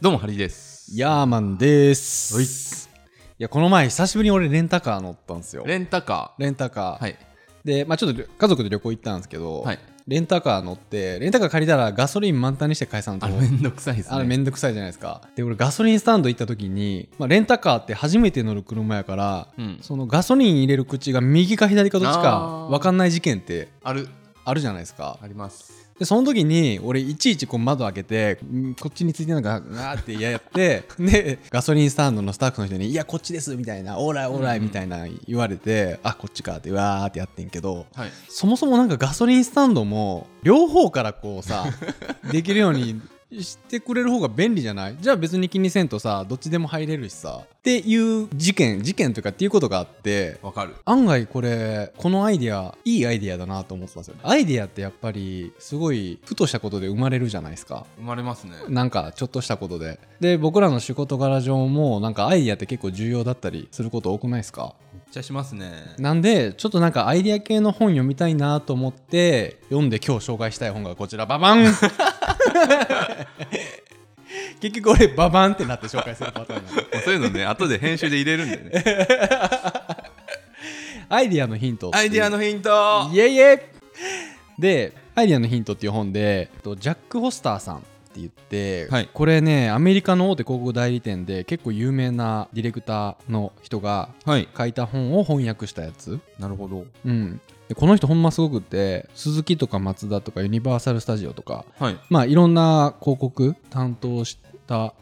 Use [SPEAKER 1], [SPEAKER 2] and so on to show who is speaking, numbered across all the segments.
[SPEAKER 1] どうもハリーです
[SPEAKER 2] ヤーマンです。
[SPEAKER 1] はい
[SPEAKER 2] いや、この前、久しぶりに俺、レンタカー乗ったんですよ。
[SPEAKER 1] レンタカ
[SPEAKER 2] レンタカ
[SPEAKER 1] ー
[SPEAKER 2] ー。
[SPEAKER 1] はい
[SPEAKER 2] で、まあちょっと家族で旅行行ったんですけど、
[SPEAKER 1] はい
[SPEAKER 2] レンタカー乗って、レンタカー借りたらガソリン満タンにして返さんと
[SPEAKER 1] あ。のめんどくさいですね
[SPEAKER 2] あれめんどくさいじゃないですか。で、俺、ガソリンスタンド行った時に、まあ、レンタカーって初めて乗る車やから、
[SPEAKER 1] うん
[SPEAKER 2] そのガソリン入れる口が右か左かどっち
[SPEAKER 1] あ
[SPEAKER 2] か
[SPEAKER 1] ー
[SPEAKER 2] 分かんない事件って
[SPEAKER 1] ある
[SPEAKER 2] あるじゃないですか。
[SPEAKER 1] あります
[SPEAKER 2] でその時に俺いちいちこう窓開けてんこっちについてるのかなーってやって でガソリンスタンドのスタッフの人に「いやこっちです」みたいな「オーライオーライ」みたいな言われて「あこっちか」ってうわーってやってんけど
[SPEAKER 1] はい
[SPEAKER 2] そもそもなんかガソリンスタンドも両方からこうさできるようにしてくれる方が便利じゃないじゃあ別に気にせんとさどっちでも入れるしさっていう事件事件というかっていうことがあって
[SPEAKER 1] わかる
[SPEAKER 2] 案外これこのアイディアいいアイディアだなと思ってますよねアイディアってやっぱりすごいふとしたことで生まれるじゃないですか
[SPEAKER 1] 生まれますね
[SPEAKER 2] なんかちょっとしたことでで僕らの仕事柄上もなんかアイディアって結構重要だったりすること多くないですか
[SPEAKER 1] めっちゃしますね
[SPEAKER 2] なんでちょっとなんかアイディア系の本読みたいなと思って読んで今日紹介したい本がこちらババン 結局俺ババンってなって紹介するパターンなの
[SPEAKER 1] そういうの ね後で編集で入れるんでね
[SPEAKER 2] アイディアのヒントってい
[SPEAKER 1] ア
[SPEAKER 2] う
[SPEAKER 1] イディアのヒント
[SPEAKER 2] イエイエイで「アイディアのヒント」っていう本でえっとジャック・ホスターさんって言って、
[SPEAKER 1] はい
[SPEAKER 2] これねアメリカの大手広告代理店で結構有名なディレクターの人が
[SPEAKER 1] はい
[SPEAKER 2] 書いた本を翻訳したやつ、
[SPEAKER 1] なるほど
[SPEAKER 2] うん、でこの人ほんますごくって鈴木とか松田とかユニバーサル・スタジオとか
[SPEAKER 1] はい
[SPEAKER 2] まあいろんな広告担当した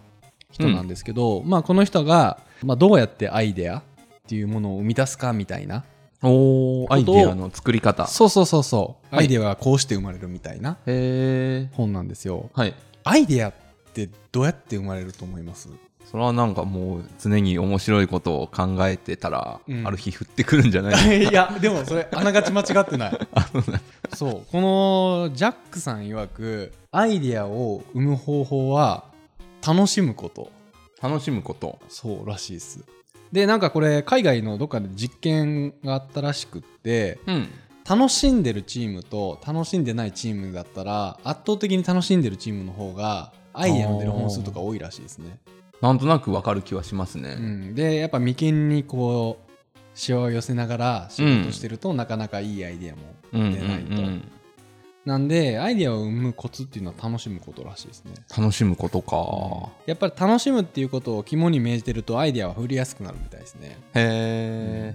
[SPEAKER 2] 人なんですけど、まあこの人が、まあ、どうやってアイデアっていうものを生み出すかみたいな
[SPEAKER 1] おーアイディアの作り方
[SPEAKER 2] そうそうそうそう、
[SPEAKER 1] はい
[SPEAKER 2] アイデアがこうして生まれるみたいな
[SPEAKER 1] へえ
[SPEAKER 2] 本なんですよ
[SPEAKER 1] はい
[SPEAKER 2] アイデアってどうやって生まれると思います
[SPEAKER 1] それはなんかもう常に面白いことを考えてたら、
[SPEAKER 2] うん
[SPEAKER 1] ある日降ってくるんじゃない
[SPEAKER 2] いやでもそれあながち間違ってない そうこのジャックさん曰くアイデアを生む方法は楽しむこと
[SPEAKER 1] 楽しむこと
[SPEAKER 2] そうらしいですでなんかこれ海外のどっかで実験があったらしくって
[SPEAKER 1] うん
[SPEAKER 2] 楽しんでるチームと楽しんでないチームだったら圧倒的に楽しんでるチームの方がアイデアの出る本数とか多いらしいですね
[SPEAKER 1] なんとなくわかる気はしますね、
[SPEAKER 2] うん、でやっぱ眉間にこうしわを寄せながら仕事してると、なかなかいいアイデアも
[SPEAKER 1] うんうん
[SPEAKER 2] 出ないと、
[SPEAKER 1] うん
[SPEAKER 2] なんでアイデアを生むコツっていうのは楽しむことらしいですね
[SPEAKER 1] 楽しむことか
[SPEAKER 2] やっぱり楽しむっていうことを肝に銘じてるとアイデアは振りやすくなるみたいですね
[SPEAKER 1] へ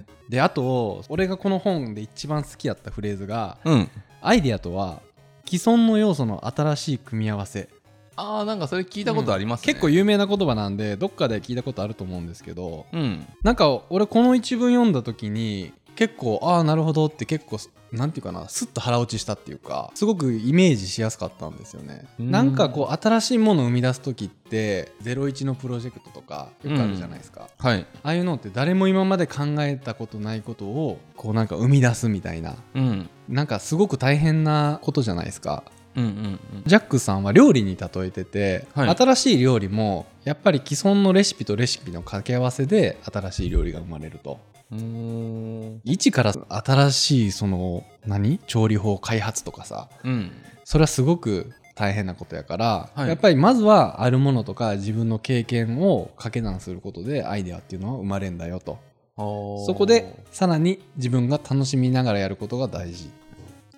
[SPEAKER 1] え
[SPEAKER 2] であと俺がこの本で一番好きやったフレーズが
[SPEAKER 1] うん
[SPEAKER 2] アイデアとは既存の要素の新しい組み合わせ
[SPEAKER 1] ああなんかそれ聞いたことありますね、
[SPEAKER 2] 結構有名な言葉なんでどっかで聞いたことあると思うんですけど
[SPEAKER 1] うん
[SPEAKER 2] なんか俺この一文読んだ時に結構ああなるほどって結構なんていうかなスッと腹落ちしたっていうかすごくイメージしやすかったんですよね
[SPEAKER 1] うん
[SPEAKER 2] なんかこう新しいものを生み出す時って「01」のプロジェクトとかよくあるじゃないですか、あ
[SPEAKER 1] はい
[SPEAKER 2] あいうのって誰も今まで考えたことないことをこうなんか生み出すみたいな
[SPEAKER 1] うん
[SPEAKER 2] なんかすごく大変なことじゃないですか
[SPEAKER 1] うんうんうん
[SPEAKER 2] ジャックさんは料理に例えてて、
[SPEAKER 1] はい
[SPEAKER 2] 新しい料理もやっぱり既存のレシピとレシピの掛け合わせで新しい料理が生まれると
[SPEAKER 1] うーん
[SPEAKER 2] 一から新しいその何調理法開発とかさ
[SPEAKER 1] うん
[SPEAKER 2] それはすごく大変なことやから、
[SPEAKER 1] はい
[SPEAKER 2] やっぱりまずはあるものとか自分の経験を掛け算することでアイデアっていうのは生まれんだよとそ
[SPEAKER 1] そ
[SPEAKER 2] こでさらに自分が楽しみながらやることが大事って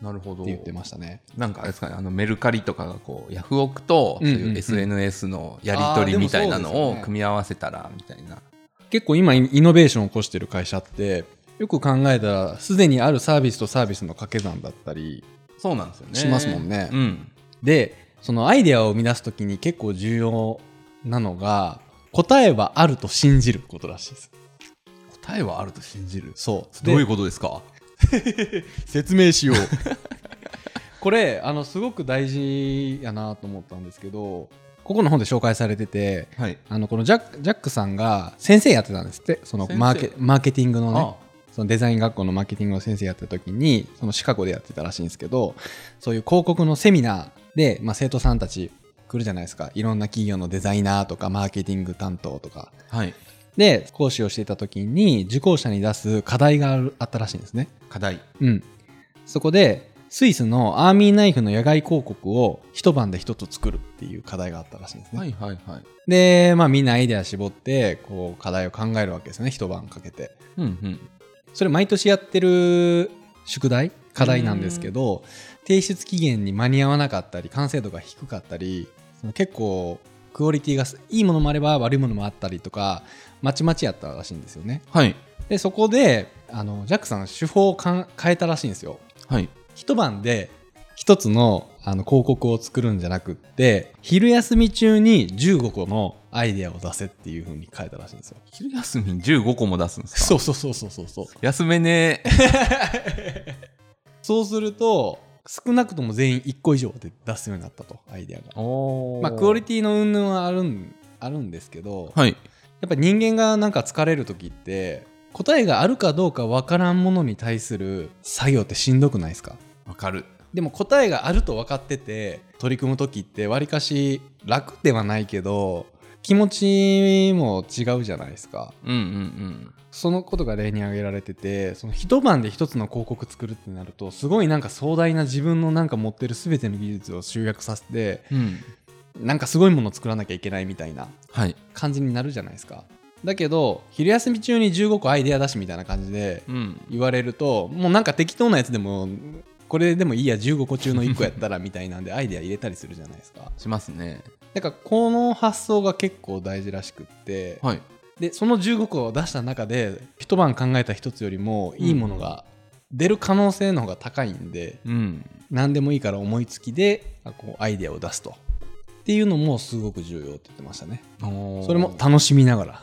[SPEAKER 1] なるほど
[SPEAKER 2] 言ってましたね
[SPEAKER 1] なんかあれですかねあのメルカリとかがこうヤフオクとそう
[SPEAKER 2] うんうん
[SPEAKER 1] いううん SNS のやり取りみたいなの
[SPEAKER 2] あーでもそうです
[SPEAKER 1] を
[SPEAKER 2] よね
[SPEAKER 1] 組み合わせたらみたいな
[SPEAKER 2] 結構今イイノベーションを起こしてる会社ってよく考えたらすでにあるサービスとサービスの掛け算だったり
[SPEAKER 1] そうなんですよね
[SPEAKER 2] しますもんね
[SPEAKER 1] うん
[SPEAKER 2] でそのアイデアを生み出す時に結構重要なのが答えはあると信じることらしいです
[SPEAKER 1] 答えはあると信じる
[SPEAKER 2] そう
[SPEAKER 1] どういう
[SPEAKER 2] で
[SPEAKER 1] ことですか
[SPEAKER 2] 説明し ようこれあのすごく大事やなと思ったんですけどここの本で紹介されてて
[SPEAKER 1] はい
[SPEAKER 2] あのこのジャックジャックさんが先生やってたんですってその
[SPEAKER 1] 先生
[SPEAKER 2] マーケマーケティングのね
[SPEAKER 1] あ
[SPEAKER 2] そのデザイン学校のマーケティングの先生やってた時にそのシカゴでやってたらしいんですけどそういう広告のセミナーで、まあ、生徒さんたち来るじゃないですかいろんな企業のデザイナーとかマーケティング担当とか
[SPEAKER 1] はい
[SPEAKER 2] で講師をしていた時に受講者に出す課題があるあったらしいんですね。
[SPEAKER 1] 課題
[SPEAKER 2] うん、そこでスイスのアーミーナイフの野外広告を一晩で一つ作るっていう課題があったらしいんですね。
[SPEAKER 1] はいはいはい。
[SPEAKER 2] で、まあみんなアイデア絞って、こう課題を考えるわけですよね、一晩かけて。
[SPEAKER 1] うんうん。
[SPEAKER 2] それ毎年やってる宿題課題なんですけど提出期限に間に合わなかったり完成度が低かったりその結構クオリティがすいいものもあれば悪いものもあったりとかまちまちやったらしいんですよね
[SPEAKER 1] はい。
[SPEAKER 2] でそこであのジャックさん手法をかん変えたらしいんですよ
[SPEAKER 1] はい。
[SPEAKER 2] 一晩で一つのあの広告を作るんじゃなくって昼休み中に15個のアイデアを出せっていう風に変えたらしいんですよ
[SPEAKER 1] 昼休み15個も出すんですか
[SPEAKER 2] そうそうそうそうそうそう
[SPEAKER 1] 休めねえ。
[SPEAKER 2] そうすると少なくとも全員1個以上で出すようになったとアイデア が。
[SPEAKER 1] お
[SPEAKER 2] まあクオリ
[SPEAKER 1] テ
[SPEAKER 2] ティの云々はあるんあるんですけど、
[SPEAKER 1] はい。
[SPEAKER 2] やっぱ人間がなんか疲れる時って答えがあるかどうかわからんものに対する作業ってしんどくないですか
[SPEAKER 1] わかる。
[SPEAKER 2] でも答えがあると分かってて取り組む時ってわりかし楽ではないけど気持ちも違うじゃないですか。
[SPEAKER 1] うんうん
[SPEAKER 2] そのことが例に挙げられててその一晩で一つの広告作るってなるとすごいなんか壮大な自分のなんか持ってる全ての技術を集約させて
[SPEAKER 1] うん。うん。
[SPEAKER 2] なんかすごいものを作らなきゃいけないみたいな
[SPEAKER 1] はい。
[SPEAKER 2] 感じになるじゃないですかだけど昼休み中に15個アイデア出しみたいな感じで
[SPEAKER 1] うん。
[SPEAKER 2] 言われるともうなんか適当なやつでもこれでもいいや15個中の1個やったらみ たいなんでアイデア入れたりするじゃないですか
[SPEAKER 1] しますね。
[SPEAKER 2] だからこの発想が結構大事らしくって
[SPEAKER 1] はい。
[SPEAKER 2] でその15個を出した中で一晩考えた一つよりもいいものが出る可能性の方が高いんで、
[SPEAKER 1] うん。
[SPEAKER 2] 何でもいいから思いつきであこうアイデアを出すとっていうのもすごく重要って言ってましたねそ
[SPEAKER 1] そ
[SPEAKER 2] れも楽しみな がら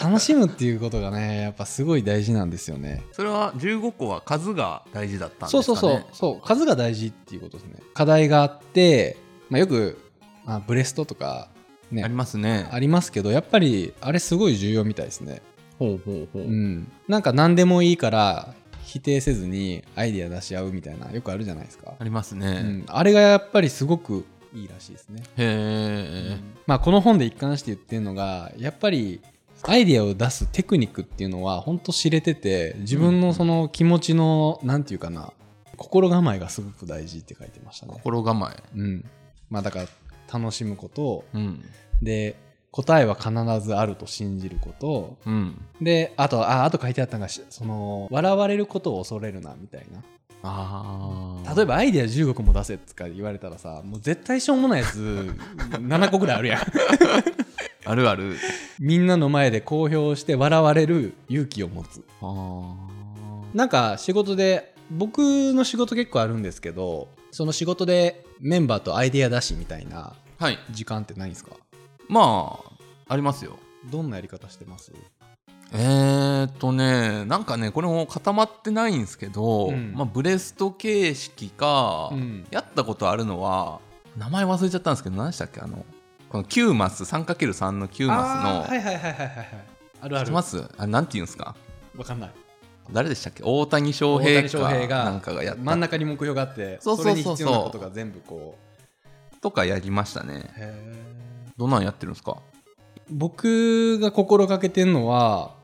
[SPEAKER 2] 楽しむっていうことがねやっぱすごい大事なんですよね
[SPEAKER 1] それは15個は数が大事だったんですか
[SPEAKER 2] そう
[SPEAKER 1] ね
[SPEAKER 2] そうそうそう数が大事っていうことですね課題があって、まあ、よく、まあ、ブレストとかね
[SPEAKER 1] ありますね
[SPEAKER 2] ありますけどやっぱりあれすごい重要みたいですね
[SPEAKER 1] ほうほうほう
[SPEAKER 2] うん、なんか何でもいいから否定せずにアイデア出し合うみたいなよくあるじゃないですか、
[SPEAKER 1] あります
[SPEAKER 2] う
[SPEAKER 1] ね、
[SPEAKER 2] ん、あれがやっぱりすごくいいらしいですね、
[SPEAKER 1] へえ、
[SPEAKER 2] まあ、この本で一貫して言ってるのがやっぱりアイデアを出すテクニックっていうのは本当知れてて自分のその気持ちの何て言うかな心構えがすごく大事って書いてましたね、
[SPEAKER 1] 心構え
[SPEAKER 2] うん、まあだから楽しむこと
[SPEAKER 1] うん
[SPEAKER 2] で答えは必ずあると信じること
[SPEAKER 1] うん
[SPEAKER 2] であとああと書いてあったのがしその笑われることを恐れるなみたいな
[SPEAKER 1] ああ
[SPEAKER 2] 例えばアイデア15個も出せとか言われたらさもう絶対しょうもないやつ7個ぐらいある やん
[SPEAKER 1] あるある
[SPEAKER 2] みんなの前で公表して笑われる勇気を持つ
[SPEAKER 1] あ
[SPEAKER 2] なんか仕事で僕の仕事結構あるんですけどその仕事でメンバーとアイデア出しみたいな
[SPEAKER 1] あはい
[SPEAKER 2] 時間ってないんですか
[SPEAKER 1] まあありますよ
[SPEAKER 2] どんなやり方してます
[SPEAKER 1] えー、っとねなんかねこれも固まってないんですけど、
[SPEAKER 2] うん
[SPEAKER 1] まあ、ブレスト形式か、
[SPEAKER 2] うん
[SPEAKER 1] やったことあるのは名前忘れちゃったんですけど何でしたっけあのこの9マス 3×3 の9
[SPEAKER 2] あ
[SPEAKER 1] マ
[SPEAKER 2] ー
[SPEAKER 1] スの
[SPEAKER 2] はいはいはいはいはいはいあるあ
[SPEAKER 1] 知って
[SPEAKER 2] る
[SPEAKER 1] ま
[SPEAKER 2] わ
[SPEAKER 1] すあれなんて言うんですか
[SPEAKER 2] かんない
[SPEAKER 1] 誰でしたっけ大谷翔
[SPEAKER 2] 大
[SPEAKER 1] 平
[SPEAKER 2] 谷
[SPEAKER 1] か
[SPEAKER 2] 翔平が
[SPEAKER 1] なんかがやった
[SPEAKER 2] 真ん中に目標があって
[SPEAKER 1] そうそうそうそう
[SPEAKER 2] れに必要なことが全部こ
[SPEAKER 1] とかやりましたね
[SPEAKER 2] う
[SPEAKER 1] どんなんやってるんですか
[SPEAKER 2] 僕が心がけてるのは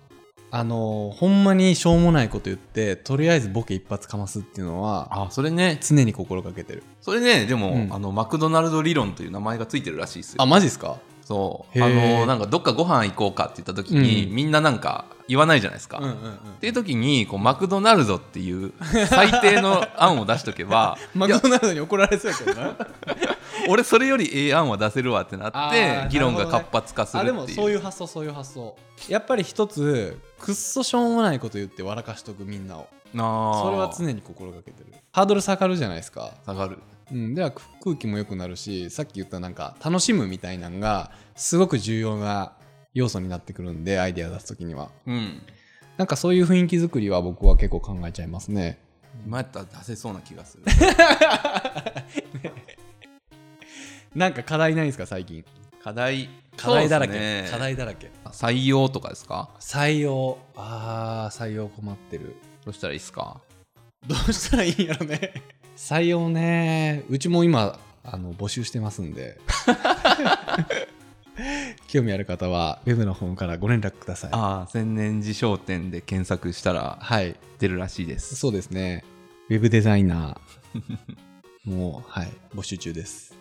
[SPEAKER 2] あのほんまにしょうもないこと言ってとりあえずボケ一発かますっていうのは
[SPEAKER 1] あそれね
[SPEAKER 2] 常に心がけてる
[SPEAKER 1] それねでも、
[SPEAKER 2] うん
[SPEAKER 1] あのマクドナルド理論という名前がついてるらしいですよ
[SPEAKER 2] あマジですか
[SPEAKER 1] そう
[SPEAKER 2] へー
[SPEAKER 1] あのなんかどっかご飯行こうかって言った時に、
[SPEAKER 2] うん
[SPEAKER 1] みんななんか言わないじゃないですか、
[SPEAKER 2] うんう
[SPEAKER 1] っ
[SPEAKER 2] んうん
[SPEAKER 1] ていう時にこうマクドナルドっていう最低の案を出しとけ ば
[SPEAKER 2] マ
[SPEAKER 1] いや
[SPEAKER 2] クドナルドに怒られそうやけどな
[SPEAKER 1] 俺それよりええ案は出せるわってなっ
[SPEAKER 2] あ
[SPEAKER 1] て
[SPEAKER 2] ー
[SPEAKER 1] 議論
[SPEAKER 2] な
[SPEAKER 1] が
[SPEAKER 2] るほどね
[SPEAKER 1] 活発化するっ
[SPEAKER 2] あ
[SPEAKER 1] てい
[SPEAKER 2] で
[SPEAKER 1] う
[SPEAKER 2] もそういう発想そういう発想やっぱり一つくっそしょうもないこと言って笑かしとくみんなを
[SPEAKER 1] あー
[SPEAKER 2] それは常に心がけてるハードル下がるじゃないですか
[SPEAKER 1] 下がる
[SPEAKER 2] うん、ではく空気も良くなるしさっき言ったなんか楽しむみたいなのがすごく重要な要素になってくるんでアイデア出す時には
[SPEAKER 1] うん
[SPEAKER 2] なんかそういう雰囲気作りは僕は結構考えちゃいますね
[SPEAKER 1] 今やったら出せそうな気がする
[SPEAKER 2] なんか課題ないですか最近
[SPEAKER 1] 課題
[SPEAKER 2] 課題だらけ、
[SPEAKER 1] そうですね
[SPEAKER 2] 課題だらけ
[SPEAKER 1] 採用とかですか
[SPEAKER 2] 採用あー採用困ってる
[SPEAKER 1] どうしたらいいですか
[SPEAKER 2] どうしたらいいんやろね採用ねうちも今あの募集してますん で興味ある方はウェブの方からご連絡ください
[SPEAKER 1] ああ千年寺商店で検索したら
[SPEAKER 2] はい
[SPEAKER 1] 出るらしいです
[SPEAKER 2] そうですね。ウェブデザイナ ーもうはい募集中です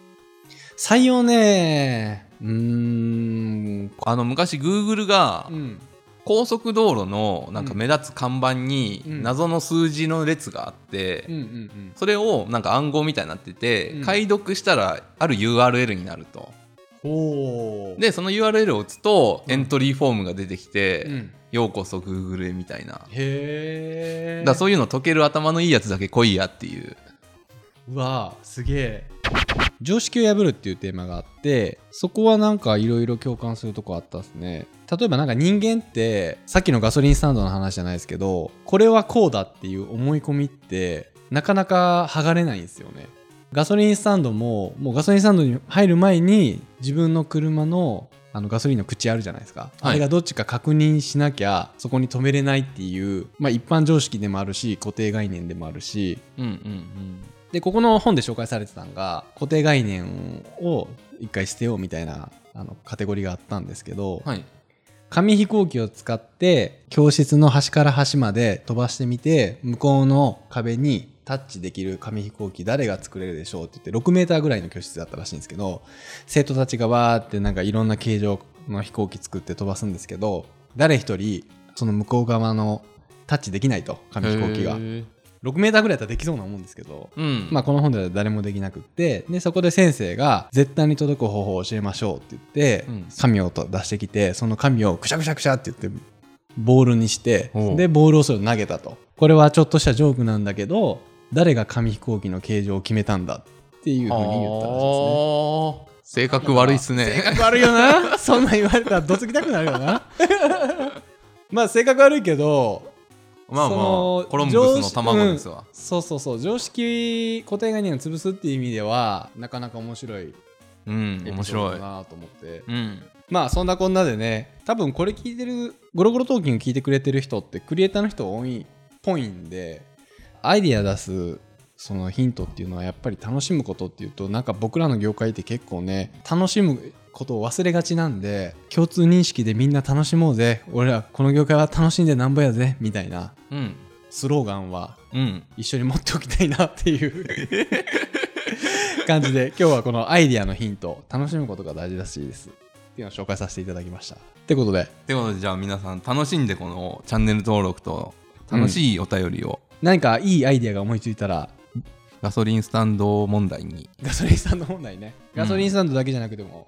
[SPEAKER 2] 採用ねうーん
[SPEAKER 1] あの昔 Google が
[SPEAKER 2] うん
[SPEAKER 1] 高速道路のなんか目立つ看板に
[SPEAKER 2] うん
[SPEAKER 1] 謎の数字の列があって、
[SPEAKER 2] うんうん
[SPEAKER 1] それをなんか暗号みたいになってて、
[SPEAKER 2] うん
[SPEAKER 1] 解読したらある URL になると
[SPEAKER 2] ほう
[SPEAKER 1] でその URL を打つと
[SPEAKER 2] うん
[SPEAKER 1] エントリーフォームが出てきて「
[SPEAKER 2] うん
[SPEAKER 1] ようこそ Google へ」みたいな
[SPEAKER 2] へえ
[SPEAKER 1] だからそういうの解ける頭のいいやつだけ来いやっていう
[SPEAKER 2] うわあすげえ常識を破るっていうテーマがあってそこはなんかいろいろ共感するとこあったですね例えばなんか人間ってさっきのガソリンスタンドの話じゃないですけどこれはこうだっていう思い込みってなかなか剥がれないんですよねガソリンスタンドももうガソリンスタンドに入る前に自分の車のあのガソリンの口あるじゃないですか、
[SPEAKER 1] はい
[SPEAKER 2] あれがどっちか確認しなきゃそこに止めれないっていう、まあ、一般常識でもあるし固定概念でもあるし
[SPEAKER 1] うんうんうん
[SPEAKER 2] でここの本で紹介されてたのが固定概念を一回捨てようみたいなあのカテゴリーがあったんですけど、
[SPEAKER 1] はい
[SPEAKER 2] 紙飛行機を使って教室の端から端まで飛ばしてみて向こうの壁にタッチできる紙飛行機誰が作れるでしょうって言って6メーターぐらいの教室だったらしいんですけど生徒たちがわーってなんかいろんな形状の飛行機作って飛ばすんですけど誰一人その向こう側のタッチできないと紙飛行機が
[SPEAKER 1] へー
[SPEAKER 2] 6メーターぐらいだったらできそうなもんですけど
[SPEAKER 1] うん
[SPEAKER 2] まあ、この本では誰もできなくってでそこで先生が絶対に届く方法を教えましょうって言って、
[SPEAKER 1] うん
[SPEAKER 2] 紙をと出してきてその紙をくしゃくしゃくしゃって言ってボールにして
[SPEAKER 1] おう
[SPEAKER 2] でボールをそれを投げたとこれはちょっとしたジョークなんだけど誰が紙飛行機の形状を決めたんだっていうふうに言ったらしいですね。
[SPEAKER 1] あー性格悪いっす
[SPEAKER 2] 性
[SPEAKER 1] ね
[SPEAKER 2] 格悪いよな そんなん言われたらどつきたくなるよな まあ性格悪いけど
[SPEAKER 1] まあまあ
[SPEAKER 2] その
[SPEAKER 1] コロンブスの卵ですわ、
[SPEAKER 2] そうそうそう常識固定概念を潰すっていう意味ではなかなか面白い
[SPEAKER 1] うん面
[SPEAKER 2] エピソード
[SPEAKER 1] 白
[SPEAKER 2] だ
[SPEAKER 1] い
[SPEAKER 2] なと思って
[SPEAKER 1] うん
[SPEAKER 2] まあそんなこんなでね多分これ聞いてるゴロゴロトーキング聞いてくれてる人ってクリエイターの人多いっぽいんでアイディア出すそのヒントっていうのはやっぱり楽しむことっていうとなんか僕らの業界って結構ね楽しむことを忘れがちなんで共通認識でみんな楽しもうぜ俺らこの業界は楽しんでなんぼやぜみたいな
[SPEAKER 1] うん
[SPEAKER 2] スローガンは
[SPEAKER 1] うん
[SPEAKER 2] 一緒に持っておきたいなっていう感じで今日はこのアイディアのヒント楽しむことが大事らしいですっていうのを紹介させていただきましたってことで
[SPEAKER 1] ってことでじゃあ皆さん楽しんでこのチャンネル登録と楽しいお便りを、
[SPEAKER 2] 何かいいアイディアが思いついたら
[SPEAKER 1] ガソリンスタンド問題に
[SPEAKER 2] ガソリンスタンド問題ねガソリンスタンドだけじゃなくても、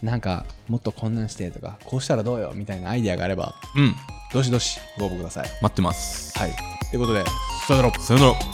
[SPEAKER 2] なんかもっとこんなんしてとかこうしたらどうよみたいなアイディアがあれば
[SPEAKER 1] うん
[SPEAKER 2] どしどしご応募ください
[SPEAKER 1] 待ってます
[SPEAKER 2] はいってことで
[SPEAKER 1] さよならさよなら